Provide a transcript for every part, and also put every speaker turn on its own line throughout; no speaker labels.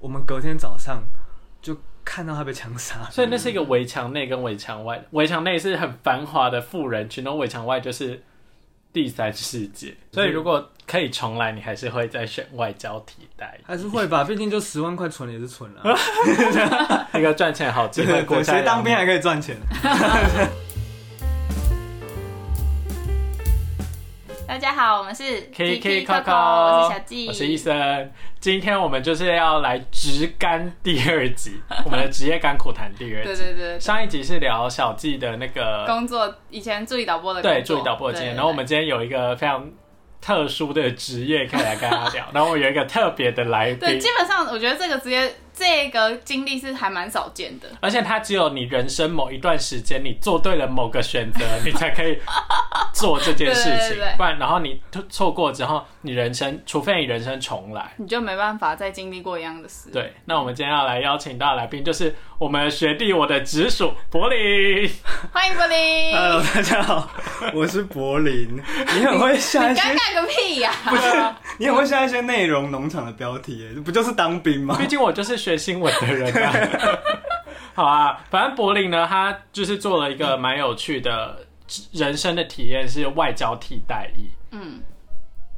我们隔天早上就看到他被枪杀，
所以那是一个围墙内跟围墙外，围墙内是很繁华的富人群，然后围墙外就是第三世界。所以如果可以重来，你还是会再选外交替代，
还是会 吧，毕竟就十万块存也是存了、啊，
一个赚钱好机
对
会。
对
国
对，
家
谁当兵
养
还可以赚钱？
大家好，我们是
K K
TT
Coco，
Coco，我是小纪，
我是医生。今天我们就是要来直干第二集，我们的职业干苦谈第二
对
集。
对对，
上一集是聊小纪的那个
工作以前助理导播的工
对
作
助理导播的经验，
对
然后我们今天有一个非常特殊的职业可以来跟他聊，然后我有一个特别的来
对，
宾
基，本上我觉得这个职业这个经历是还蛮少 见的。
而且他只有你人生某一段时间，你做对了某个选择，你才可以做这件事
对对
情
对，对
不然然后你错过之后，你人生除非你人生重来。
你就没办法再经历过一样的事。
对，那我们今天要来邀请到的来宾就是我们学弟，我的直属柏林。
欢迎柏林，
Hello，大家好， 我是柏林。 你很会下一些
尴，尬个屁呀、
不是？ 你很会下一些内容农场的标题耶，不就是当兵吗
毕？竟我就是学新闻的人啊。好啊，反正柏林呢，他就是做了一个蛮有趣的人生的体验，是外交替代役。
嗯，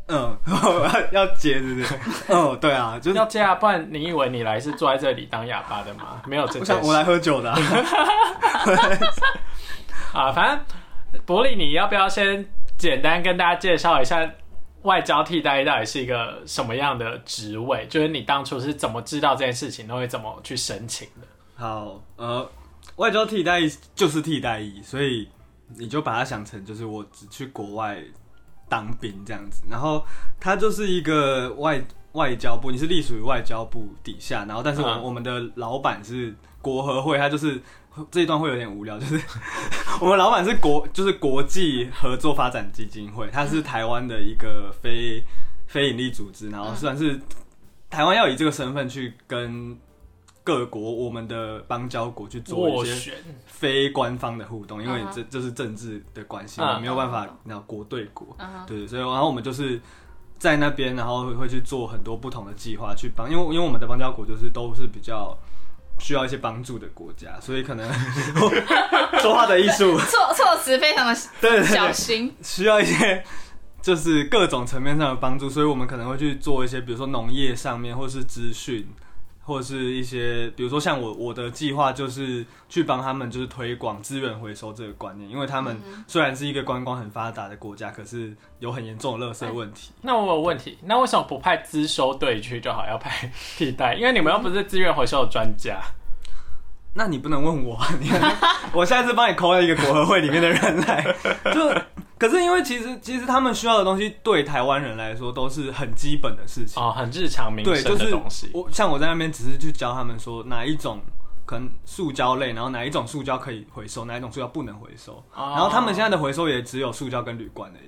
嗯， 要接对不对？嗯，对啊，就是
要这样，不然你以为你来是坐在这里当哑巴的吗？没有这
我
件
想我
事
来喝酒的啊、
啊。反正柏林，你要不要先简单跟大家介绍一下外交替代役到底是一个什么样的职位？就是你当初是怎么知道这件事情，然后会怎么去申请的？
好，呃，外交替代役就是替代役，所以你就把它想成就是我只去国外当兵这样子。然后它就是一个外外交部，你是隶属于外交部底下，然后但是我、
嗯
我们的老板是国合会，他就是。这一段会有点无聊，就是 我们老板是国，就是国际合作发展基金会，它是台湾的一个非非营利组织，
嗯
然后算是台湾要以这个身份去跟各国我们的邦交国去做
斡
一些
旋，
非官方的互动，因为
嗯哼
这这是政治的关系，
嗯
我们没有办法
嗯
那国对国，
嗯哼，
对，所以然后我们就是在那边，然后会会去做很多不同的计划去帮，因为因为我们的邦交国就是都是比较。需要一些帮助的国家，所以可能 说话的艺术，
措措辞非常的
对对对，
小心，
需要一些就是各种层面上的帮助，所以我们可能会去做一些，比如说农业上面，或是资讯，或是一些，比如说像我我的计划就是去帮他们就是推广资源回收这个观念，因为他们虽然是一个观光很发达的国家，可是有很严重的垃圾问题。
那我有问题，那为什么不派资收队去就好，要派替代？因为你们又不是资源回收的专家。
那你不能问我，你 我下次帮你抠了一个国合会里面的人来，就可是因为其实其实他们需要的东西对台湾人来说都是很基本的事情。
哦，很日常民
对，
生
就
的
是
东西。
我像我在那边只是去教他们说哪一种可能塑胶类，然后哪一种塑胶可以回收，哪一种塑胶不能回收。
哦
然后他们现在的回收也只有塑胶跟铝罐而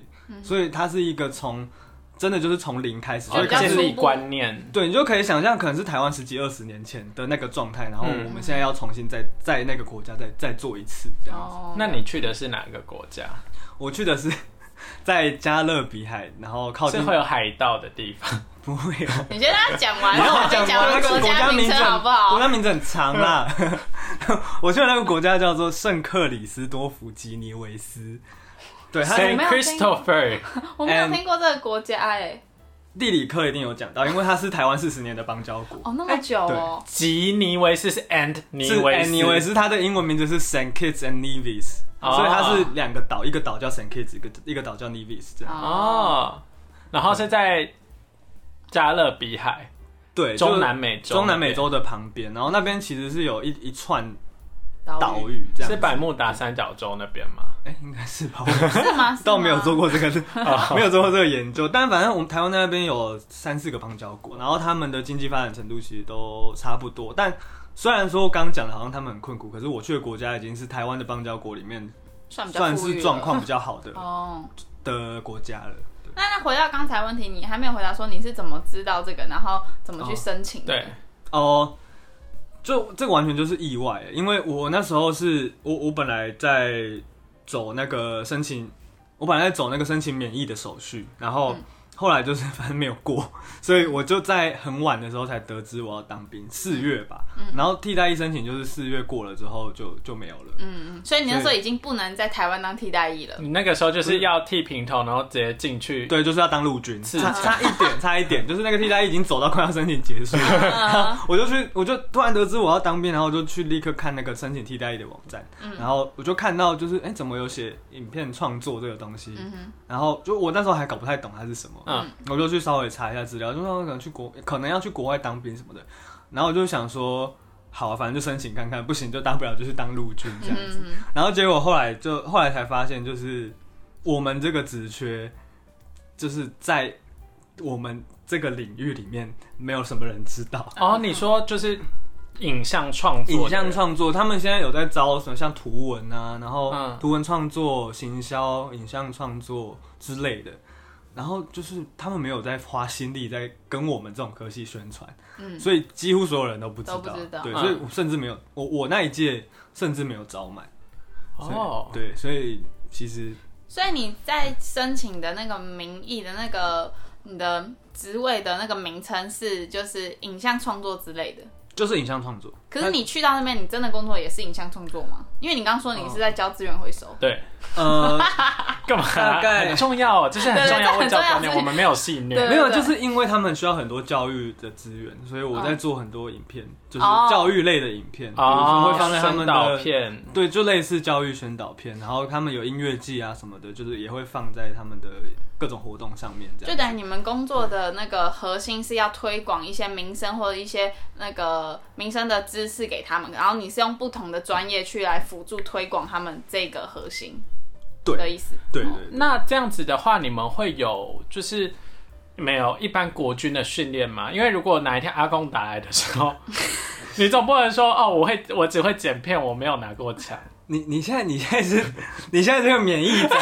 已，所以它是一个从真的就是从零开始，
就
所
哦
以
比较
可
建
是
初
立
步
观念，
对你就可以想象，可能是台湾十几二十年前的那个状态，然后
嗯
我们现在要重新再在那个国家再再做一次这样子。
哦
那你去的是哪个国家？
我去的是 在加勒比海，然后靠
是
近
会有海盗的地方。
不会有
你先让他讲 完，
你让我
然
啊
后再
讲
讲
完那个
国
国家
名
名字
称
很
好不
国
好？
家名字很长啦。 我去的那个国家叫做圣克里斯多福吉尼维斯，对，它
Saint
没有听过
Christopher，
我没有
And-
听过这个国家哎、
地理课一定有讲到，因为它是台湾四十年的邦交国。
哦，那么久哦，
吉尼维斯是 and 尼
是
维
哎
斯，
尼维斯，它的英文名字是 Saint Kitts and Nevis，、
哦
所以它是两个岛，一个岛叫 Saint Kitts，一个一个岛叫 Nevis 这样。
哦。然后是在加勒比海，
对，就是
中南美洲，
中南美洲的旁边，然后那边其实是有一一串
岛
岛
屿
屿这样
是
子，
百慕达三角洲那边吗？
哎、应该是吧？
是吗？是
倒没有
吗
做过这个， 没有做过这个研究。但反正我们台湾那边有三四个邦交国，然后他们的经济发展程度其实都差不多。但虽然说刚刚讲的好像他们很困苦，可是我去的国家已经是台湾的邦交国里面
算比较
算
富裕
是
了
状况比较好的
哦。
的国家了。对
那那回到刚才问题，你还没有回答说你是怎么知道这个，然后怎么去申请的？
对，
哦、就这个完全就是意外，因为我那时候是我我本来在走那个申请，我本来在走那个申请免疫的手续，然后
嗯
后来就是反正没有过， 所以我就在很晚的时候才得知我要当兵，四月吧。然后替代役申请就是四月过了之后就就没有了。
嗯，嗯所以你那时候已经不能在台湾当替代役了。
你那个时候就是要剃平头，然后直接进去。
对，就是要当陆军，
是
差差一点，差一点，就是那个替代役已经走到快要申请结束了，
嗯
然后我就去，我就突然得知我要当兵，然后我就去立刻看那个申请替代役的网站，
嗯
然后我就看到就是哎、诶怎么有写影片创作这个东西，然后就我那时候还搞不太懂它是什么，
嗯
我就去稍微查一下资料，就说哦可能去国，可能要去国外当兵什么的，然后我就想说。好、啊，反正就申请看看，不行就当不了，就去当陆军这样子。
嗯，
然后结果后来就后来才发现，就是我们这个职缺，就是在我们这个领域里面没有什么人知道。
哦，你说就是影像创 作，
影像，创作，他们现在有在招什么像图文啊，然后
嗯
图文创作、行销、影像创作之类的。然后就是他们没有在花心力在跟我们这种科系宣传，
嗯
所以几乎所有人都不知道，
都不知道
对，
嗯
所以我甚至没有我我那一届甚至没有招满，所以
哦，
对，所以其实
所以你在申请的那个名义的那个你的职位的那个名称是就是影像创作之类的。
就是影像创作。
可是你去到那边，你真的工作也是影像创作吗？因为你刚刚说你是在教资源回收，
对，
呃，
干 嘛？
大概
很重要，这是很重要外
对
交
对这很重要
观念，我们没有戏虐
对。
没有，就是因为他们需要很多教育的资源，所以我在做很多影片，就是
哦
教育类的影片，
哦，
我会放在他们
宣导
的。
片，
对，就类似教育宣导片，然后他们有音乐季啊什么的，就是也会放在他们的各种活动上面，这
就
样。
等于你们工作的那个核心是要推广一些民生或者一些那个民生的知识给他们，然后你是用不同的专业去来辅助推广他们这个核心
对
的意思。
对对对，
那这样子的话，你们会有就是没有一般国军的训练吗？因为如果哪一天阿公打来的时 候，你总不能说哦，我会我只会剪片，我没有拿过枪。
你你现在你现在是，你现在这个免疫仔，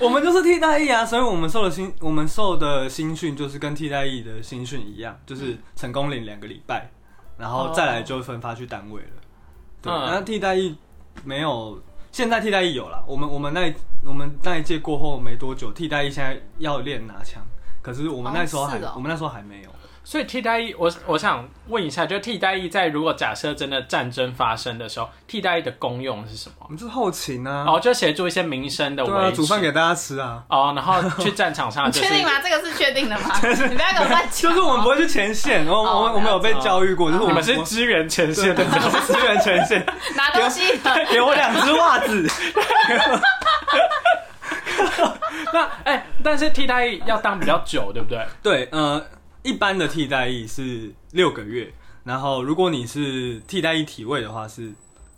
我们就是替代役啊，所以我们受的新我们受的新训就是跟替代役的新训一样，就是成功领两个礼拜，然后再来就分发去单位了。对，
嗯
那替代役没有，现在替代役有了。我们我们那一我们那一届过后没多久，替代役现在要练拿枪，可是我们那时候
哦
还、
是哦
我们那时候还没有。
所以替代役，我我想问一下，就替代役在如果假设真的战争发生的时候，替代役的功用是什么
我？们就是后勤啊，
哦，就协助一些民生的维
对
持，
啊，煮饭给大家吃啊。
哦，然后去战场上
你
就
确
是
定吗？这个是确定的吗？ 你不要给我乱讲
就
哦。
是我们不会去前线，我我们我们有被教育过，就是 我
你
哦们
们是支援前线
对，
的
我们支援前线，
拿 东西了，
给我两只袜子。
那哎、但是替代役要当比较久，对不对？
对，呃，一般的替代役是六个月，然后如果你是替代役体位的话是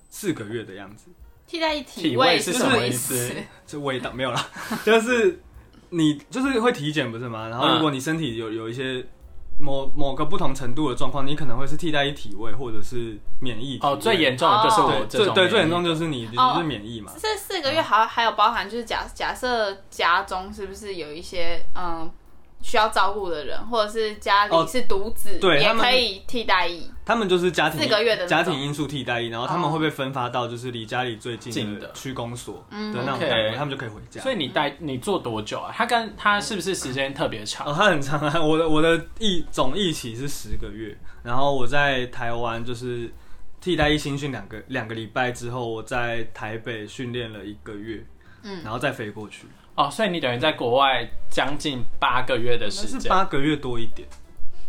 四个月的样子。
替代一
体
体
位
位
是
什
么
么意
意
思
这味道 没有啦，就是你就是会体检不是吗？然后
嗯
如果你身体有有一些某某个不同程度的状况，你可能会是替代役体位或者是免疫体
哦，
位
最严重的就是我
哦
对
这
最
种
对
人
最严重就是你你就是免疫嘛。
这四个月好，还有包含就是假假设家中是不是有一些嗯需要照顾的人，或者是家
哦
里是独子，
对
也
他们
可以替代役。
他们就是家庭
四个月的那种
家庭因素替代役，然后他们会被分发到就是离家里最近
近
的
的
区公所的那种
OK
单位，他们就可以回家。
所以你待你做多久啊？他跟他是不是时间特别长？
哦，它很长啊，我的我的役总役期是十个月，然后我在台湾就是替代役新训两个两个礼拜之后，我在台北训练了一个月，嗯，然后再飞过去，
哦，所以你等于在国外将近八个月的
那
时
是
间。
八个月多一点，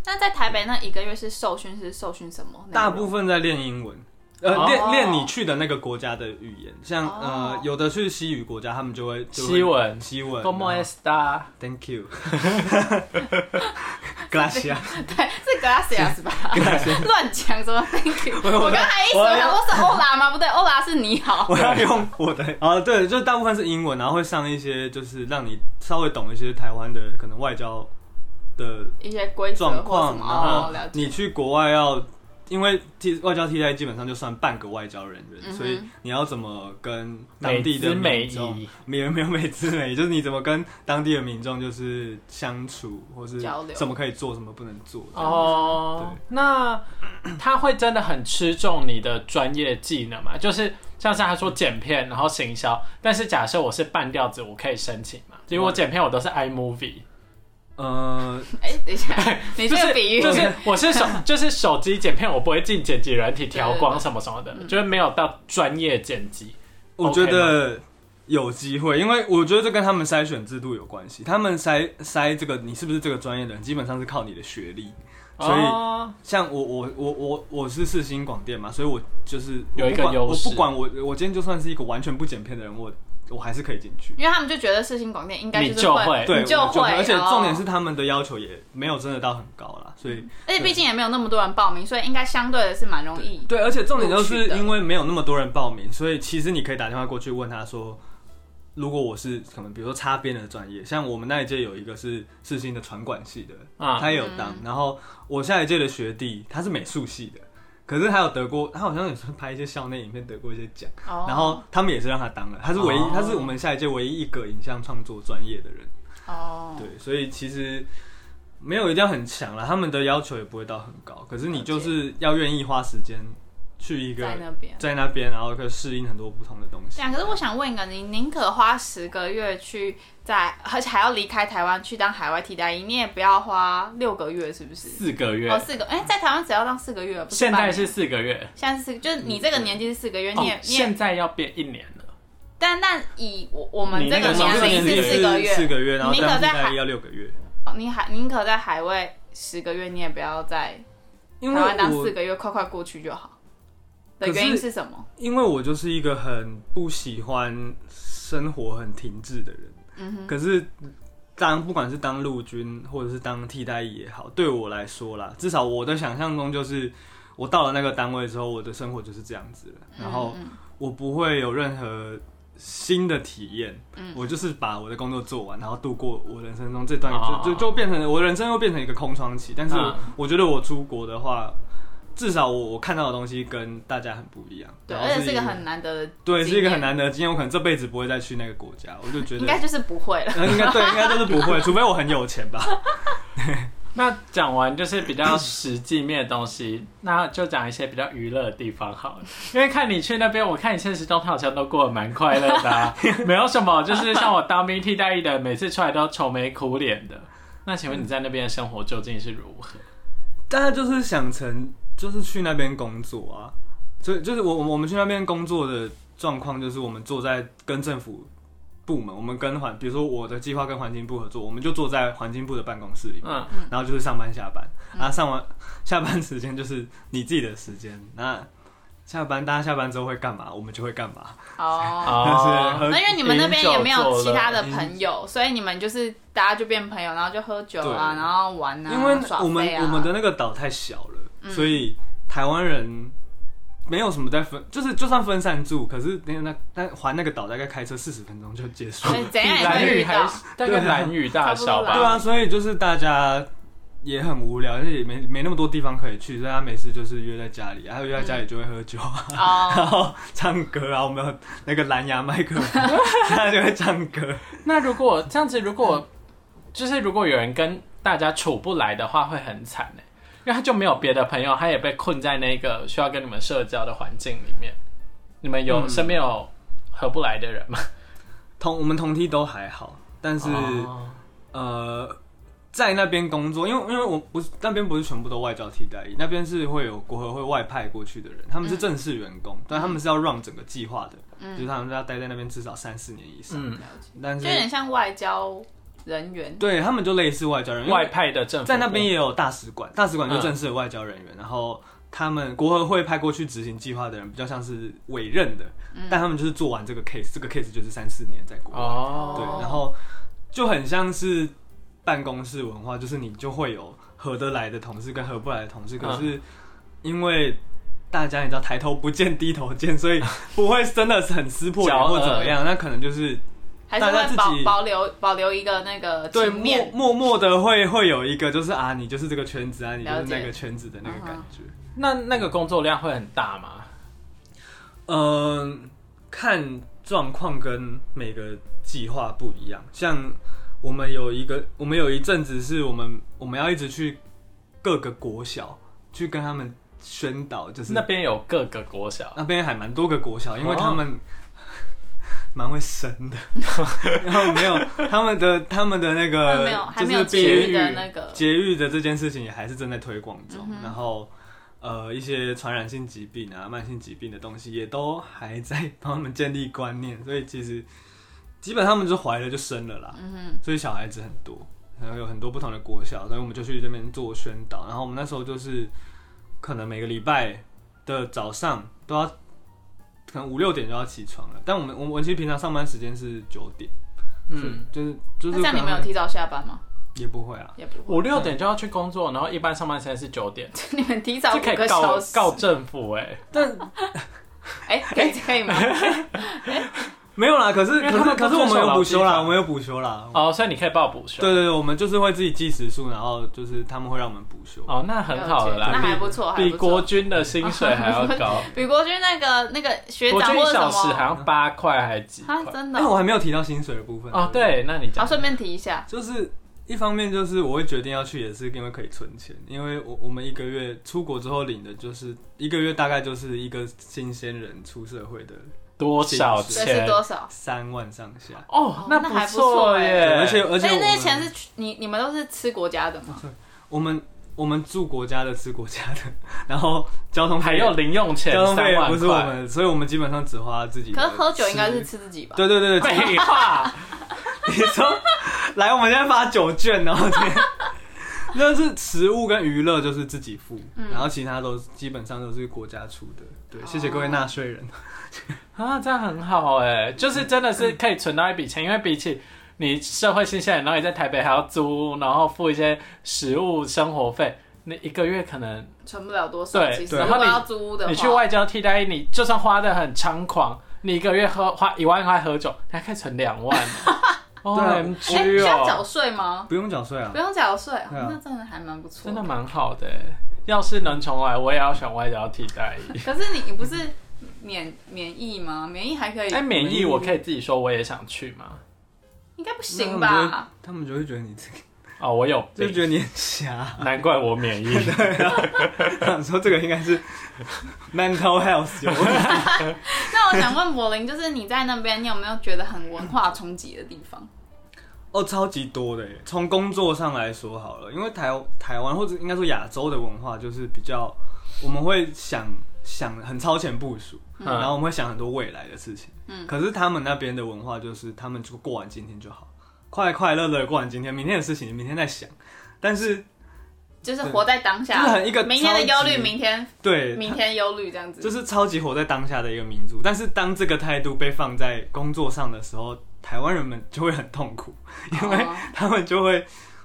那在台北那一个月是受训，是受训什么内容？
大部分在练英文。呃，
哦
练练你去的那个国家的语言，像呃
哦，
有的去西语国家，他们就会就会
西文
西文啊
Como
然后
está？
Thank you. Gracias.
对 是 Gracias 吧？乱讲什么 Thank you？
我
我刚才一直想说是欧拉吗？不对，欧拉是你好。
我要用我 的啊，对，就是大部分是英文，然后会上一些就是让你稍微懂一些台湾的可能外交的
一些规则
状
或什
况，嗯
么
然
哦
后，
了解。
你去国外要因为替外交替代基本上就算半个外交人员，
嗯哼
所以你要怎么跟当
美
地的
姿美
民众，
仪，
没有没有美滋美，就是你怎么跟当地的民众就是相处，或是
交流
什么可以做，什么不能做。
哦，那他会真的很吃重你的专业技能嘛？就是像是他说剪片，然后行销，但是假设我是半吊子，我可以申请嘛？因为我剪片我都是 iMovie，
呃，
哎，等一下，你
就
这
是
个比喻
就是我是 手就是手机剪片，我不会进剪辑软体调光什么什么的，就是没有到专业剪辑。
我觉得有机会，因为我觉得这跟他们筛选制度有关系。他们筛筛这个你是不是这个专业的人，基本上是靠你的学历。所以
哦
像我我我我我是世新广电嘛，所以我就是
有一个
我不管
优势
我不管我我今天就算是一个完全不剪片的人，我我还是可以进去。
因为他们就觉得世新广电应该
你
就是
就
会
会，
对，
你就
我
会
而且重点
哦
是他们的要求也没有真的到很高啦，所以
而且毕竟也没有那么多人报名，所以应该相对的是蛮容易。
对，而且重点就是
录取的
因为没有那么多人报名，所以其实你可以打电话过去问他说，如果我是可能比如说擦边的专业，像我们那一届有一个是世新的传管系的，
啊
他也有当，然后我下一届的学弟他是美术系的。可是他有得过，他好像也是拍一些校内影片得过一些奖，
哦
然后他们也是让他当了，他是唯一，
哦
他是我们下一届唯一一个影像创作专业的人，
哦，
对，所以其实没有一定要很强了，他们的要求也不会到很高，可是你就是要愿意花时间去一个
在那边。
在那边，然后可以适应很多不同的东西
对。啊，可是我想问一个，你宁可花十个月去在，而且还要离开台湾去当海外替代役，你也不要花六个月，是不是？
四个月
哦，，四个，哎、在台湾只要当四个月，不是
现
半
在
年
是四个月，
现在是四，就是你这个年纪是四个月，
哦
你也，你
现
也，
在要变一年了。
但但以我我们
你
这
那
个
个时候
年龄
是
是四个月，
四个月，然后
你宁可
当替
在
代
海
役，要六个月，
哦你海宁可在海外十个月，你也不要在
因
台
为
湾当四
我
个月，快快过去就好。的
可是
原因是什么？
因为我就是一个很不喜欢生活很停滞的人，
嗯哼，
可是。当不管是当陆军或者是当替代役也好，对我来说啦，至少我的想象中就是，我到了那个单位之后，我的生活就是这样子了。然后
嗯
我不会有任何新的体验，
嗯
我就是把我的工作做完，然后度过我人生中这段，
哦
啊
就就就变成我人生又变成一个空窗期。但是
嗯
我觉得我出国的话，至少我我看到的东西跟大家很不一样，
对，
然后
而且是
一
一个很难得的，
对是一个很，难得的经验，我可能这辈子不会再去那个国家，我就觉
应
得
该就是不会了。
呃应该对，应该都是不 会，除非我很有钱吧。
那讲完就是比较实际面的东西，那就讲一些比较娱乐的地方好了。因为看你去那边，我看你现实中他好像都过得蛮快乐的、 啊，没有什么就是像我当兵替代役的，每次出来都愁眉苦脸的。那请问你在那边的生活究竟是如何？
大家就是想成就是去那边工作啊，所以就是我我我们去那边工作的状况就是我们坐在跟政府部门，我们跟环，比如说我的计划跟环境部合作，我们就坐在环境部的办公室里面，
嗯，
然后就是上班下班，啊上完 下班时间就是你自己的时间，那下班大家下班之后会干嘛，我们就会干嘛，
哦，
就是
哦，
喝
那因为你们那边也没有其他的
饮酒作乐
朋友，所以你们就是大家就变朋友，然后就喝酒啊，
对
然后玩啊，
因为
耍
我们、
废啊
我们的那个岛太小了，
嗯
所以台湾人没有什么在分，就是就算分散住，可是那那但环那个岛大概开车四十分钟就结束
所
了
以，怎样也
蓝
会
雨
遇
还
到。
是大概蓝雨大小
对
吧。
啊，所以就是大家也很无聊，而且也没没那么多地方可以去，所以他每次就是约在家里，然后约在家里就会喝酒啊，然
嗯哦，
后唱歌啊，我们有那个蓝牙麦克风， 他就会唱歌。
那如果这样子，如果就是如果有人跟大家处不来的话，会很惨欸因为他就没有别的朋友，他也被困在那个需要跟你们社交的环境里面。你们有、
嗯
身边有合不来的人吗？
同我们同梯都还好，但是。
哦
呃，在那边工作，因为因为我不是那边不是全部都外交替代役，那边是会有国合会外派过去的人，他们是正式员工，但他们是要 run 整个计划的，就是他们要待在那边至少三四年以上。
嗯，
但
就是有点像外交人员。
对他们就类似外交人，因为
外嗯派的政府
在那边也有大使馆，大使馆就正式的外交人员，然后。他们国合会派过去执行计划的人，比较像是委任的，
嗯
但他们就是做完这个 case，这个 case 就是三四年在国外。
哦，
对
哦，
然后就很像是办公室文化，就是你就会有合得来的同事跟合不来的同事，可
嗯
是因为。大家你知道抬头不见低头见，所以不会真的是很撕破脸
骄傲
嗯
或怎么样，那可能就是
还是
大家
会
自
保
己
保留保留一个那个
对，
情
默
面。
默默的会会有一个，就是啊，你就是这个圈子啊，你就是
了解
那个圈子的那个感觉。
那那个工作量会很大吗？
嗯、看状况跟每个计划不一样。像我们有一个，我们有一阵子是我们我们要一直去各个国小去跟他们宣导，就是
那边有各个国小，
那边还蛮多个国小，因为他们 蛮会生的， 然后没有他们的他们的那
他们
个
没有还
就
没有
是
节
节
育的那个嗯
节育的这件事情也还是正在推广中，然后。呃，一些传染性疾病啊、慢性疾病的东西，也都还在帮他们建立观念，所以其实基本上他们就怀了就生了啦。
嗯哼。
所以小孩子很多，然后有很多不同的国小，所以我们就去这边做宣导。然后我们那时候就是可能每个礼拜的早上都要，可能五六点就要起床了。但我们我们其实平常上班时间是九点，
嗯，
所以就是就
那
是
这样你
可能
们有提早下班吗？
也不会啊，
也不 会，
五六点就要去工作，然后一般上班时间是九点，
你们提早
这
五
可
个
以告
小时，
告政府哎、
但
哎，可以可以 吗？
没有啦。可是
因为
可
他
是
们
可是
都
我们
遵守
有
劳
补
基
休啦，
法
我们有补休啦。
哦，所以你可以报补休，
对对对，我们就是会自己计时数，然后就是他们会让我们补休。
哦，那很好了
那
啦，
还不错，哦还
比
不
国
错。
军的薪水还要 高，
比国军那个那个学
国
长
军
或
一
者
小
什
时
么，
好像八块还几块
他，啊真的哦
哎，我还没有提到薪水的部分
哦，，对，那你
好，
讲，
顺便提一下，
就是一方面就是我会决定要去，也是因为可以存钱，因为我我们一个月出国之后领的就是一个月大概就是一个新鲜人出社会的
多少
这
这
钱
是？多少？
三万上下，
哦，那
那还不
错
错欸
耶，
对而且而
而
且我
那些钱
们
是你你们都是吃国家的吗？
我们我们住国家的吃国家的，然后交通
还
费
有零用钱
交通费
三
也
万
不是我
块，
们，所以我们基本上只花自己的
可
吃。
是喝酒应该是吃自己吧？
对对对对，
废话，
你说，来，我们现在发酒券，然后这边就是食物跟娱乐就是自己付，然后其他都是基本上都是国家出的。
哦
对，谢谢各位纳税人。
啊，这样很好哎、就是真的是可以存到一笔钱，因为比起你社会新鲜人，然后你在台北还要租，然后付一些食物生活费，你一个月可能
存不了多少。
对
其实
对
如果
然后
要租屋的话，哎
你去外交替代役，你就算花的很猖狂，你一个月喝花一万块喝酒，你还可以存两 万、O
啊
M
哎需
G
要缴
哦，
税吗？
不用缴税啊
不！用缴税，哦
对啊
那真的还蛮不错。
真的蛮好的、欸。要是能重来，我也要选外交替代役。
可是你你不是免免疫吗？免疫还可以，
哎，免疫我可以自己说我也想去吗？
应该不行
那他们就
吧？
会？他们就会觉得你这个，
哦，我有
就
病，
觉得你很瞎。
难怪我免疫。
想说这个应该是 mental health 有问 题。
那我想问柏林，就是你在那边，你有没有觉得很文化冲击的地方？
哦，超级多的耶！从工作上来说好了，因为台台湾或者应该说亚洲的文化就是比较，我们会想想很超前部署，
嗯
然后我们会想很多未来的事情。
嗯
可是他们那边的文化就是，他们就过完今天就好，快快乐乐地过完今天，明天的事情明天再想。但是
就是活在当下，
就是很一个
明天的忧
超
虑，
级
明天
对，
明天忧虑这样子，
就是超级活在当下的一个民族。但是当这个态度被放在工作上的时候，台湾人们就会很痛苦，因为
哦
他们就会，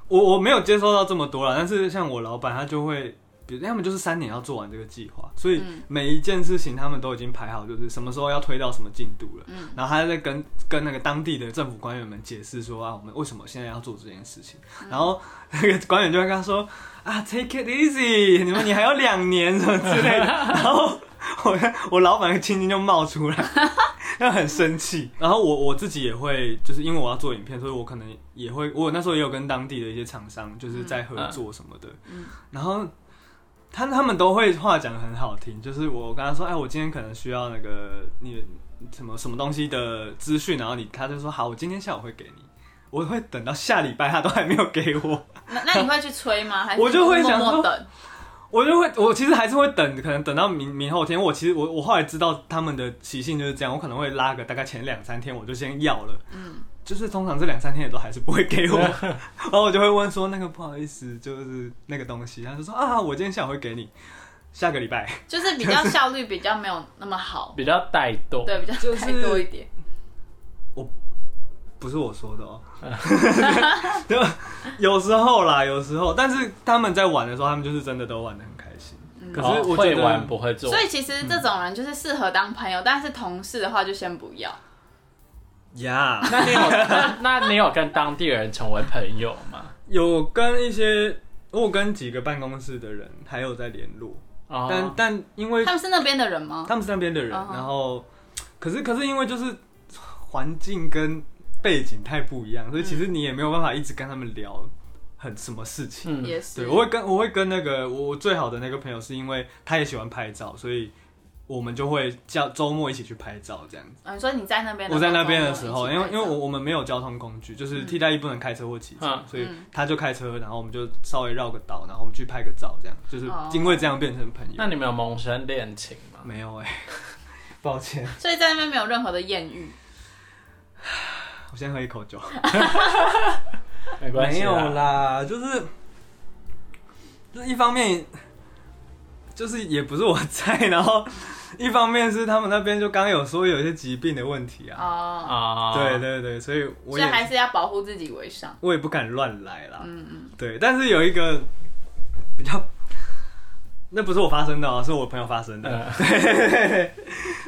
我我没有接收到这么多了，但是像我老板他就会，比如他们就是三年要做完这个计划，所以
嗯
每一件事情他们都已经排好，就是什么时候要推到什么进度了，
嗯
然后他在跟跟那个当地的政府官员们解释说啊，我们为什么现在要做这件事情，
嗯
然后那个官员就会跟他说啊，take it easy，你们你还有两年什么之类 的，然后我我老板的青筋就冒出来。那很生气。然后我我自己也会，就是因为我要做影片，所以我可能也会，我那时候也有跟当地的一些厂商就是在合作什么的。
嗯
然后他他们都会话讲得很好听，就是我跟他说，哎，我今天可能需要那个你什么什么东西的资讯，然后你他就说好，我今天下午会给你。我会等到下礼拜，他都还没有给我，
那那你会去催吗？还是
我就会想
默默
说
等？
我就会，我其实还是会等，可能等到明明后天。我其实我我后来知道他们的习性就是这样，我可能会拉个大概前两三天，我就先要了。
嗯，
就是通常这两三天也都还是不会给我，然后我就会问说那个不好意思，就是那个东西，他就说啊，我今天下午会给你，下个礼拜。
就是比较效率比较没有那么好，
比较怠惰。哦
对，比较
就是
太多一点。
不是我说的哦，就有时候啦，有时候，但是他们在玩的时候，他们就是真的都玩的很开心。可是
哦
我
会
觉得
玩不会
嗯
做
所，以其实这种人就是适合当朋友，但是同事的话就先不要。
呀、
那你有那 那你有跟当地人成为朋友吗？
有跟一些我跟几个办公室的人还有在联络，
哦
但但因为
他们是那边的人吗？
他们是那边的人，
哦
然后可是可是因为就是环境跟背景太不一样，所以其
嗯
实你也没有办法一直跟他们聊很什么事情。
嗯
也是，
对，我会跟我会跟那个我我最好的那个朋友，是因为他也喜欢拍照，所以我们就会叫周末一起去拍照这样子。
嗯，你说你在那边，
我在那边的时候，因为因为我
我
我们没有交通工具，就是替代役不能开车或骑车，
嗯
所以
嗯
他就开车，然后我们就稍微绕个岛，然后我们去拍个照，这样就是
哦
因为这样变成朋友。
那你们有萌生恋情吗？
没有哎、 抱歉，
所以在那边没有任何的艳遇，
我先喝一口酒。
没关系，
没有，啦，就是就是一方面就是也不是我在，然后一方面是他们那边就刚刚有说有一些疾病的问题啊，
哦，
啊，
对，对对，所以我
所以
也
还是要保护自己为上。
我也不敢乱来啦，
嗯嗯，
对，但是有一个比较。那不是我发生的、啊，是我朋友发生的。
呃，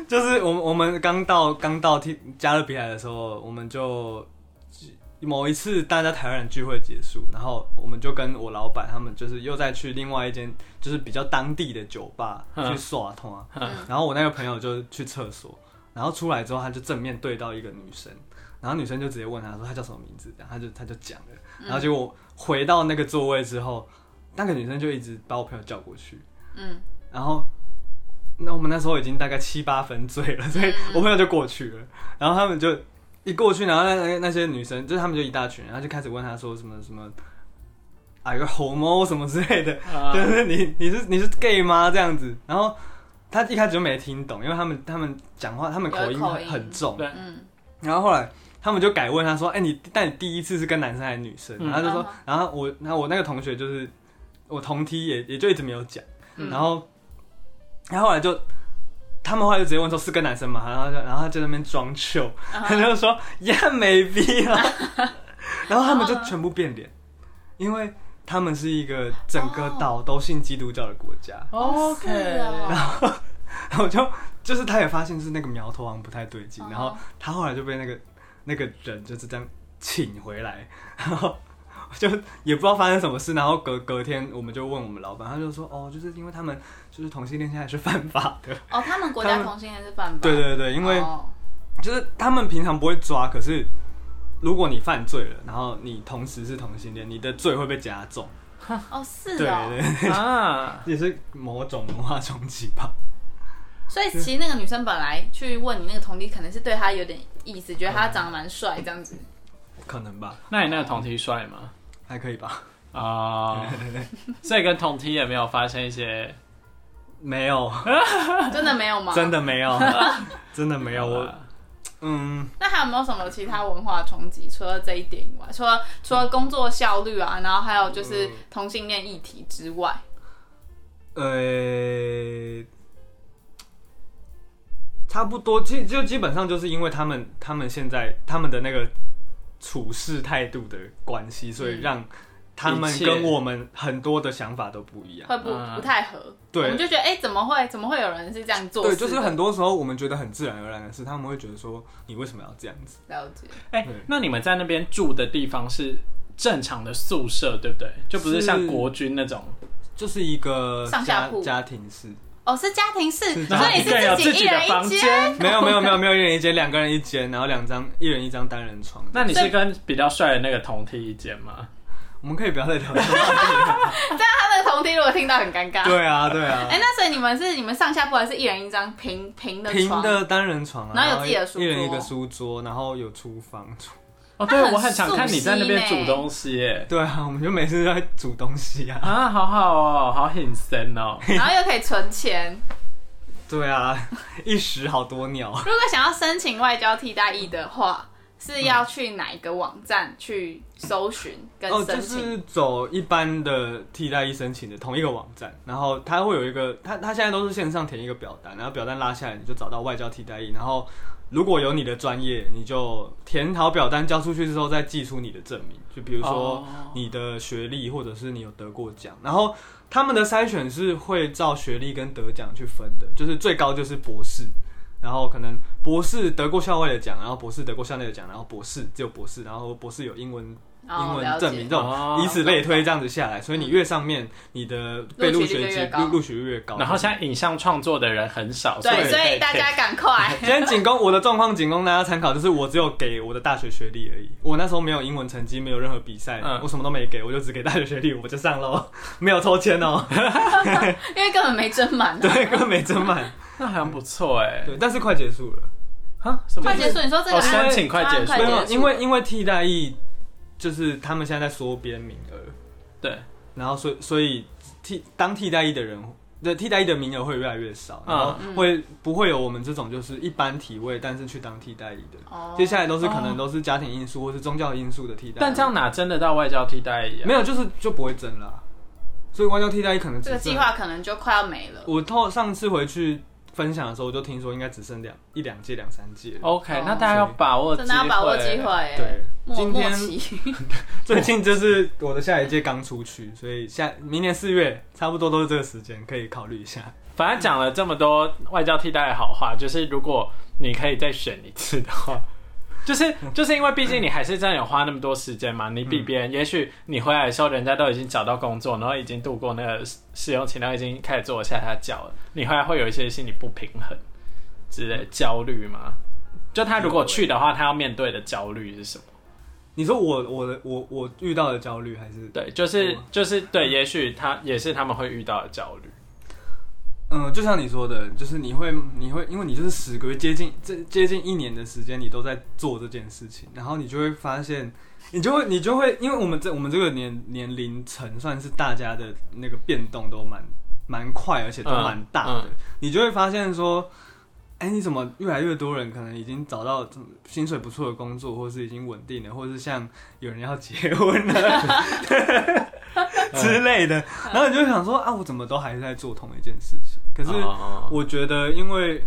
就是我们我们刚到刚到ที่加勒比海的时候，我们就某一次大家台湾人聚会结束，然后我们就跟我老板他们就是又再去另外一间就是比较当地的酒吧
嗯
去耍通啊
嗯，
然后我那个朋友就去厕所，然后出来之后他就正面对到一个女生，然后女生就直接问他说他叫什么名字，然后他就他就讲了，然后结果回到那个座位之后，那个女生就一直把我朋友叫过去，
嗯，
然后那我们那时候已经大概七八分醉了，所以我朋友就过去了，然后他们就一过去，然后那那那些女生就是他们就一大群，然后就开始问他说什么什么。啊，有个 homo 什么之类的，
啊
就是你你是你是 gay 吗？这样子，然后他一开始就没听懂，因为他们他们讲话他们口音
有口
很
音
很重，
对
嗯，
然后后来他们就改问他说：“哎、你但你第一次是跟男生还是女生？”
嗯
然后他就说
嗯，
然后我，然后我那个同学就是我同梯也也就一直没有讲，
嗯
然后，然后后来就。他们后来就直接问说是跟男生嘛，然后他就然后他就在那边装秀，
啊
他
嗯
就说 Yeah maybe 啊，然后他们
啊
就全部变脸，因为他们是一个整
哦
个岛都信基督教的国家，
，OK，
是哦
然后就就是他也发现是那个苗头好像不太对劲
哦，
然后他后来就被那个那个人就是这样请回来， 然后我就也不知道发生什么事，然后隔隔天我们就问我们老板，他就说哦，就是因为他们就是同性恋现在是犯法的，
哦，他们国家
他们
同性恋是犯法，
对对对，因为
哦
就是他们平常不会抓，可是如果你犯罪了，然后你同时是同性恋，你的罪会被加重，
哦是
对
哦，
对，对
啊，
也是某种文化冲击吧。
所以其实那个女生本来去问你那个同弟，可能是对他有点意思，觉得他长得蛮帅这 样子。
可能吧，
那你那个同梯帅吗？
还可以吧？
啊，所以跟同梯也没有发生一些
没有，
真的没有吗？
真。的没有，真的没有。我嗯，
那还有没有什么其他文化冲击？除了这一点以外，除了除了工作效率啊，然后还有
嗯
就是同性恋议题之外，
呃，差不多，基就基本上就是因为他们他们现在他们的那个处事态度的关系，所
嗯
以让他们
一切
跟我们很多的想法都不一样。
会不
嗯
不太合？
对
我们就觉得哎、怎么会怎么会有人是这样做
对，
事的？啊
就是很多时候我们觉得很自然而然的事，他们会觉得说你为什么要这样子？
了解。
哎、
对
那你们在那边住的地方是正常的宿舍，对不对？就不是
是
像国军那种，
就是一个
上下
家
铺
家庭式，
哦，是家庭式，
是
所以
一个人有
是
自
己
己
一
的
人
房
一间。
间。
没有没有没有没有一人一间，两个人一间，然后两张一人一张单人床。
那你
所
是
以
跟比较帅的那个同梯一间吗？
我们可以不要再 聊了。
他的同梯如果听到很尴尬。。
对啊对啊
哎、，那所以你们是你们上下铺还是一人一张平平的
平
床？
的单人床啊，
然后有自己的书
一人一个
桌
书桌，然后有厨房。
哦，
他
对，
很
我很想
素
看你在那边
心欸
煮东西耶。
对啊，我们就每次都在煮东西啊。
啊，好好哦，好很森哦。
然后又可以存钱。
对啊，一时好多鸟。
如果想要申请外交替代役的话，是要去哪一个网站去搜寻跟
哦，
申
就
请？
是走一般的替代役申请的同一个网站，然后它会有一个，它它现在都是线上填一个表单，然后表单拉下来，你就找到外交替代役，然后如果有你的专业，你就填好表单交出去之后再寄出你的证明，就比如说
哦
你的学历或者是你有得过奖，然后他们的筛选是会照学历跟得奖去分的，就是最高就是博士，然后可能博士得过校外的奖，然后博士得过校内的奖，然后博士只有博士，然后博士有英文英
哦，
文
了
证明
解。
这
哦
种，以此类推，这样子下来，所以你越上面，你的被录
录取率
取
就越
机
高
录录取率越高。
然后现在影像创作的人很少，
对，
对
所以大家赶快。
今天仅供我的状况，仅供大家参考，就是我只有给我的大学学历而已。我那时候没有英文成绩，没有任何比赛，
嗯
我什么都没给，我就只给大学学历，我就上喽，没有抽签哦，
因为根本没争满、啊。
对，根本没整满，
那好像不错哎。
对，但是快结束了。
哈，什么
快
意
结
思？
束！你说这个
哦
案
申请快结束
专案
没
快
有，
结束
因为因为替代役就是他们现在在缩编名额，
对，
然后所以所以替当替代役的人，对替代役的名额会越来越少，然后
嗯
会、不会有我们这种就是一般体位，但是去当替代役的，
哦
接下来都是
哦
可能都是家庭因素或是宗教因素的替代役，
但这样哪真的到外交替代一样？
没有就是就不会争啦，所以外交替代役可能只
这个
剩
计划可能就快要没了。
我透上次回去分享的时候，我就听说应该只剩两一两届两三届了，
OK，
哦
那大家要把握，
真的要把握机会。欸，
对，
默
今
默
天。
契。
最近就是我的下一届刚出去，所以下明年四月差不多都是这个时间，可以考虑一下。
反正讲了这么多外交替代的好话，就是如果你可以再选一次的话， 就是就是因为毕竟你还是真的有花那么多时间嘛，你比别人，也许你回来的时候人家都已经找到工作，然后已经度过那个试试用期，然后已经开始做下下脚了，你回来会有一些心理不平衡之类的焦虑吗？就他如果去的话，他要面对的焦虑是什么？
你说我我的我我遇到的焦虑还是
对，就是就是对，也许他也是他们会遇到的焦虑。
嗯，就像你说的，就是你会你会因为你就是十个月接近这接近一年的时间，你都在做这件事情，然后你就会发现，你就会你就会因为我们这我们这个年年龄层算是大家的那个变动都蛮蛮快，而且都蛮大的，
嗯
你就会发现说。哎，你怎么越来越多人可能已经找到这种薪水不错的工作，或是已经稳定了，或是像有人要结婚了之类的，然后你就会想说啊，我怎么都还是在做同一件事情？可是
哦
我觉得，因为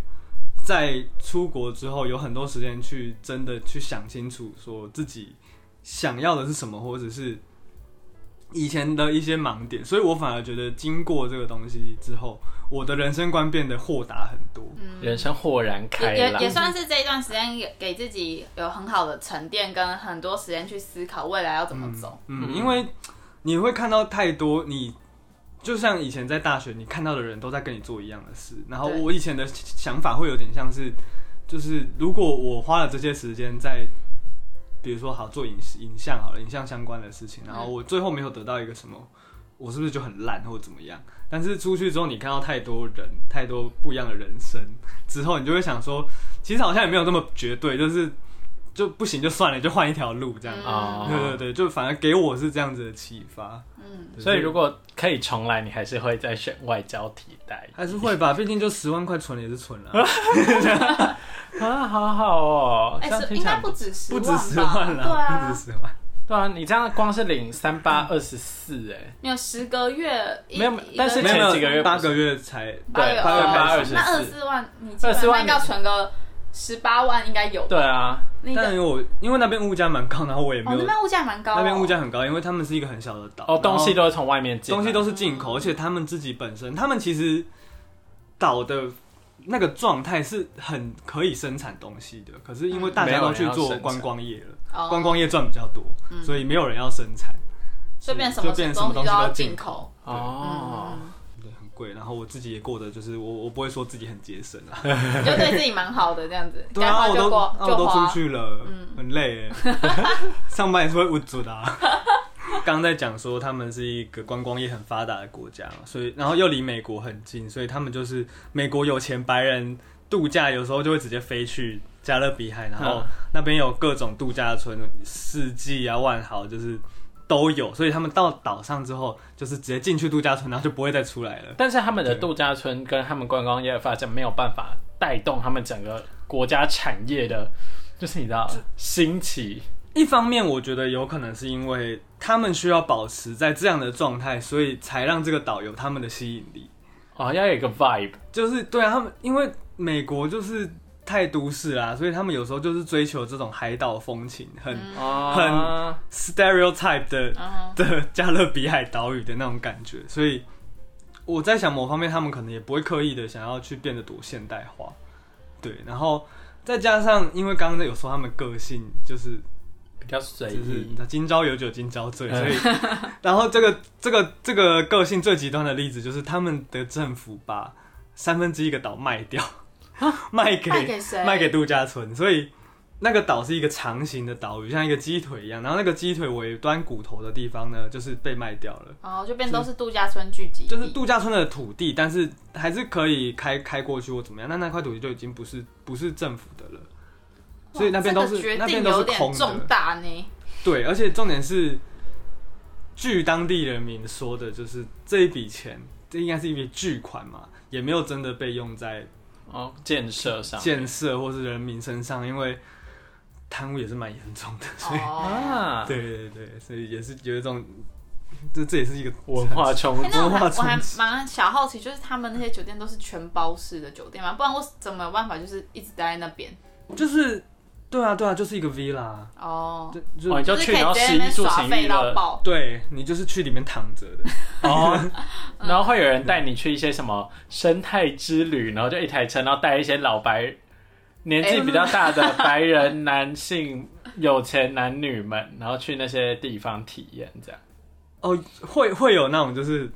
在出国之后，有很多时间去真的去想清楚，说自己想要的是什么，或者是以前的一些盲点。所以我反而觉得，经过这个东西之后，我的人生观变得豁达很多。
人生豁然开
也嗯也
朗
也，算是这一段时间也给自己有很好的沉淀，跟很多时间去思考未来要怎么走。
嗯，
嗯
因为你会看到太多你。就像以前在大学，你看到的人都在跟你做一样的事，然后
对
我以前的想法会有点像是，就是如果我花了这些时间在，比如说好做影影像好了，影像相关的事情，然后
嗯
我最后没有得到一个什么，我是不是就很烂或者怎么样？但是出去之后，你看到太多人，太多不一样的人生之后，你就会想说，其实好像也没有那么绝对，就是就不行就算了，就换一条路这样。
嗯
哦
对对对，就反而给我是这样子的启发。
嗯，
对
所以如果可以重来，你还是会再选外交替代
还是会吧，毕竟就十万块存了也是存 了啊，
啊，好好哦，
嗯
哎、
这样
是
听
应
起来
该不止十
不
万
止
吧？
十万
对
啦，不
啊
止，十万。
对啊，你这样光是领三八二十四，哎，
你有十个月，一
没有
一个
但是
没
前
有
几个
没
月
有，八个月才
八
对八
月
八
八
二
二十
那二
四
十万，你基本
24万
上要存个十八万应该有吧？
对啊，
那
但
个
我因为那边物价蛮高，然后我也没
哦，那
有。
边物价蛮高、哦，
那边物价很高，因为他们是一个很小的岛，
哦，东西
然后
都是从外面进来，
东西都是进口，而且他们自己本身，他们其实岛的那个状态是很可以生产东西的，可是因为大
嗯没
家
有
都
人
去
要
做
生
观
产
光业了，
哦
观光业赚比较多，
嗯
所以没有人要生产，
就变
就
什么
变什么
东西
东
都
西都
要
进
进口。嗯
哦，
对，很贵。然后我自己也过得就是我我不会说自己很节省啊，
嗯 就对自己蛮好的这样子，
对
该
啊，
花
我都
就过
啊我
就
都
花嗯
出。去了，很累耶， 上班也是会无助的、 啊。刚刚在讲说他们是一个观光业很发达的国家嘛，所以然后又离美国很近，所以他们就是美国有钱白人度假，有时候就会直接飞去加勒比海，然后
嗯
那边有各种度假村，四季啊、万豪就是都有，所以他们到岛上之后就是直接进去度假村，然后就不会再出来了。
但是他们的
对
度假村跟他们观光业的发展没有办法带动他们整个国家产业的，就是你知道兴起，
一方面，我觉得有可能是因为他们需要保持在这样的状态，所以才让这个岛有他们的吸引力。
哦，要有一个 vibe，
就是对啊，他们因为美国就是太都市啦，所以他们有时候就是追求这种海岛风情，很
哦，
stereotype 的
嗯哼，
的加勒比海岛屿的那种感觉。所以我在想，某方面他们可能也不会刻意的想要去变得多现代化，对，然后再加上因为刚刚有说他们个性就是
比较随
就是
意，
今朝有酒今朝醉，
嗯
所以，然后这个这个这个个性最极端的例子就是他们的政府把三分之一个岛卖掉， 卖给
卖给谁？
卖给度假村，所以那个岛是一个长形的岛屿，像一个鸡腿一样，然后那个鸡腿尾端骨头的地方呢，就是被卖掉了。
哦，就变都是度假村聚集地，
就是度假村的土地，但是还是可以开开过去或怎么样。那那块土地就已经不是不是政府的了，
哇
所以那边都是、
这个
那
决
边
定
都是
有
空
点
的
重。大呢。
对，而且重点是，据当地人民说的，就是这一笔钱，这应该是一笔巨款嘛，也没有真的被用在
哦，建设上
建设或是人民身上，因为贪污也是蛮严重的，所以、
哦，
啊，
对对对，所以也是有一种，这这也是一个
文化冲
哎
击，哦
那我
文
还
化
我
冲
还
击
蛮小好奇，就是他们那些酒店都是全包式的酒店吗？不然我怎么有办法就是一直待在那边？
就是对啊对啊，就是一个 villa，
哦，
就
哦，你
就
就
就是
去
可以
然后
直接在
食
那
衣
边
住
耍
行
废
娱
到
乐
爆。
对你就是去里面躺着的，
哦， 然后会有人带你去一些什么生态之
嗯
旅，然后就一台车，然后带一些老白年纪比较大
哎
的白人男性有钱男女们，然后去那些地方体验这样。
哦，会会有那种就是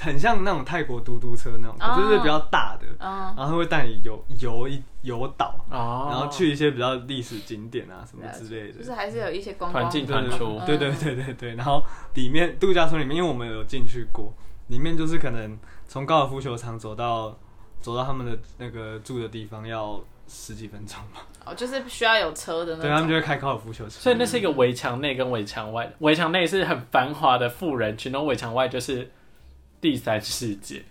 很像那种泰国嘟嘟车那种，
哦
就是比较大的，
嗯，
然后会带你游游一游岛，
哦
然后去一些比较历史景点啊什么之类
就是
的。
还是有一些观
团
光
进
对
团出，
对对对对对，然后里面度假村里面，因为我们有进去过，里面就是可能从高尔夫球场走到走到他们的那个住的地方要十几分钟吧，
哦，就是需要有车的那
对他们
种。
就会开高尔夫球场，
所以那是一个围墙内跟围墙外，围墙内是很繁华的富人群，然后围墙外就是第三世界。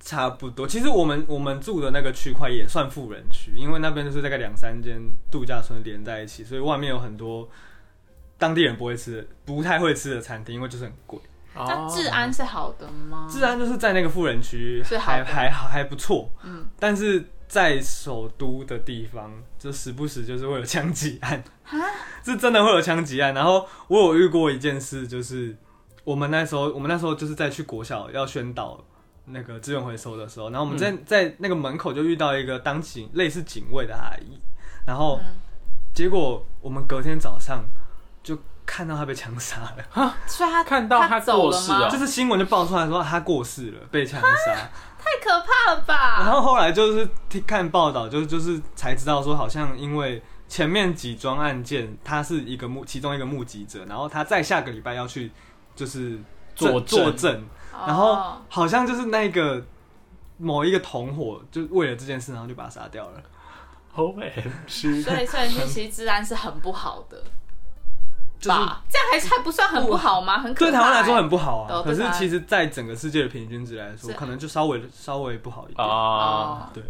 差不多。其实我们我们住的那个区块也算富人区，因为那边就是大概两三间度假村连在一起，所以外面有很多当地人不会吃的、不太会吃的餐厅，因为就是很贵。
那
哦
治安是好的吗？
治安就是在那个富人区
是好
还
的
还好还不错，
嗯，
但是在首都的地方，就时不时就是会有枪击案，是真的会有枪击案。然后我有遇过一件事，就是我们那时候我们那时候就是在去国小要宣导那个资源回收的时候，然后我们在、
嗯
在那个门口就遇到一个当警类似警卫的阿姨，然后
嗯
结果我们隔天早上就看到她被枪杀了。
所以他
看到他
他走
过
了
世
吗？
哦
就是新闻就爆出来说他过世了，被枪杀。
太可怕了
然
吧！
后后来就是听看报道，就就是才知道说，好像因为前面几桩案件，他是一个目其中一个目击者，然后他在下个礼拜要去就是
作
证作
证
证，
哦
然后好像就是那个某一个同伙，就为了这件事，然后就把他杀掉了。
O M G，
所以所以其实治安是很不好的
就是
吧？这样还是还不算很不好吗？很可
对
怕
台湾来说
欸
很不好啊，
对
可
对
是
台湾
其实，在整个世界的平均值来说，
是
可能就稍微稍微不好一点。
哦
哦，
对，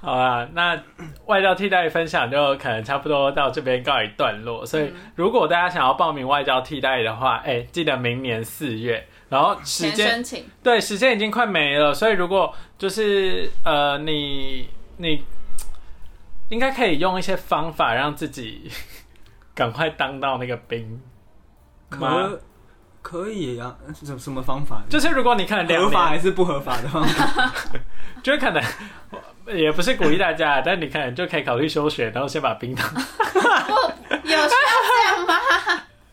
好啊，那外教替代分享就可能差不多到这边告一段落。所以，
嗯
如果大家想要报名外教替代的话，哎、记得明年四月，然后时
钱
间
申请
对时间已经快没了，所以如果就是呃，你你应该可以用一些方法让自己 赶快当到那个兵。吗
可可以啊，什什么方法？
就是如果你可能两
合法
年，
还是不合法的方法？
就可能 也不是鼓励大家，但你可能就可以考虑休学，然后先把兵
啊
当。
有需要这样吗？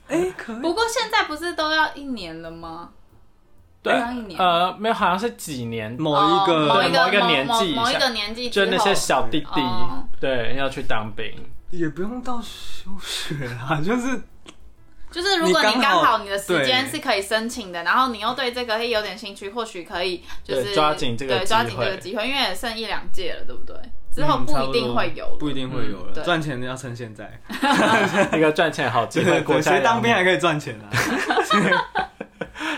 哎、可以。
不过现在不是都要一年了吗？
对
当一年
呃，没有，好像是几年
某
哦
一个、
某一
某
个
一个年纪以
某某一
下
个年纪
就
之
那
后
些，小弟弟，
哦
对，要去当 兵。
也不用到休学啊， 就是
就是如果
你
你
刚好
刚好你的时间
对
是可以申请的，然后你又对这个会有点兴趣，或许可以就
对
是
抓紧这个
对
机
抓紧这
会
个机会，因为也剩一两届了，对不对？之后
嗯
不
差
一
不
定
多
会有了，嗯
不一定会有了。
对
赚钱要趁现在，
一个赚钱好机
对
会，
对
国
对，
家
谁当兵还
养
可以赚钱啊？
你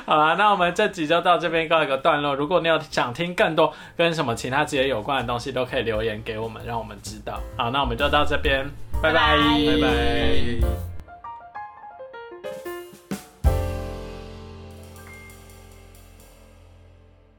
好啦，那我们这集就到这边告一个段落。如果你有想听更多跟什么其他职业有关的东西，都可以留言给我们，让我们知道。好，那我们就到这边，拜
拜
拜拜
拜。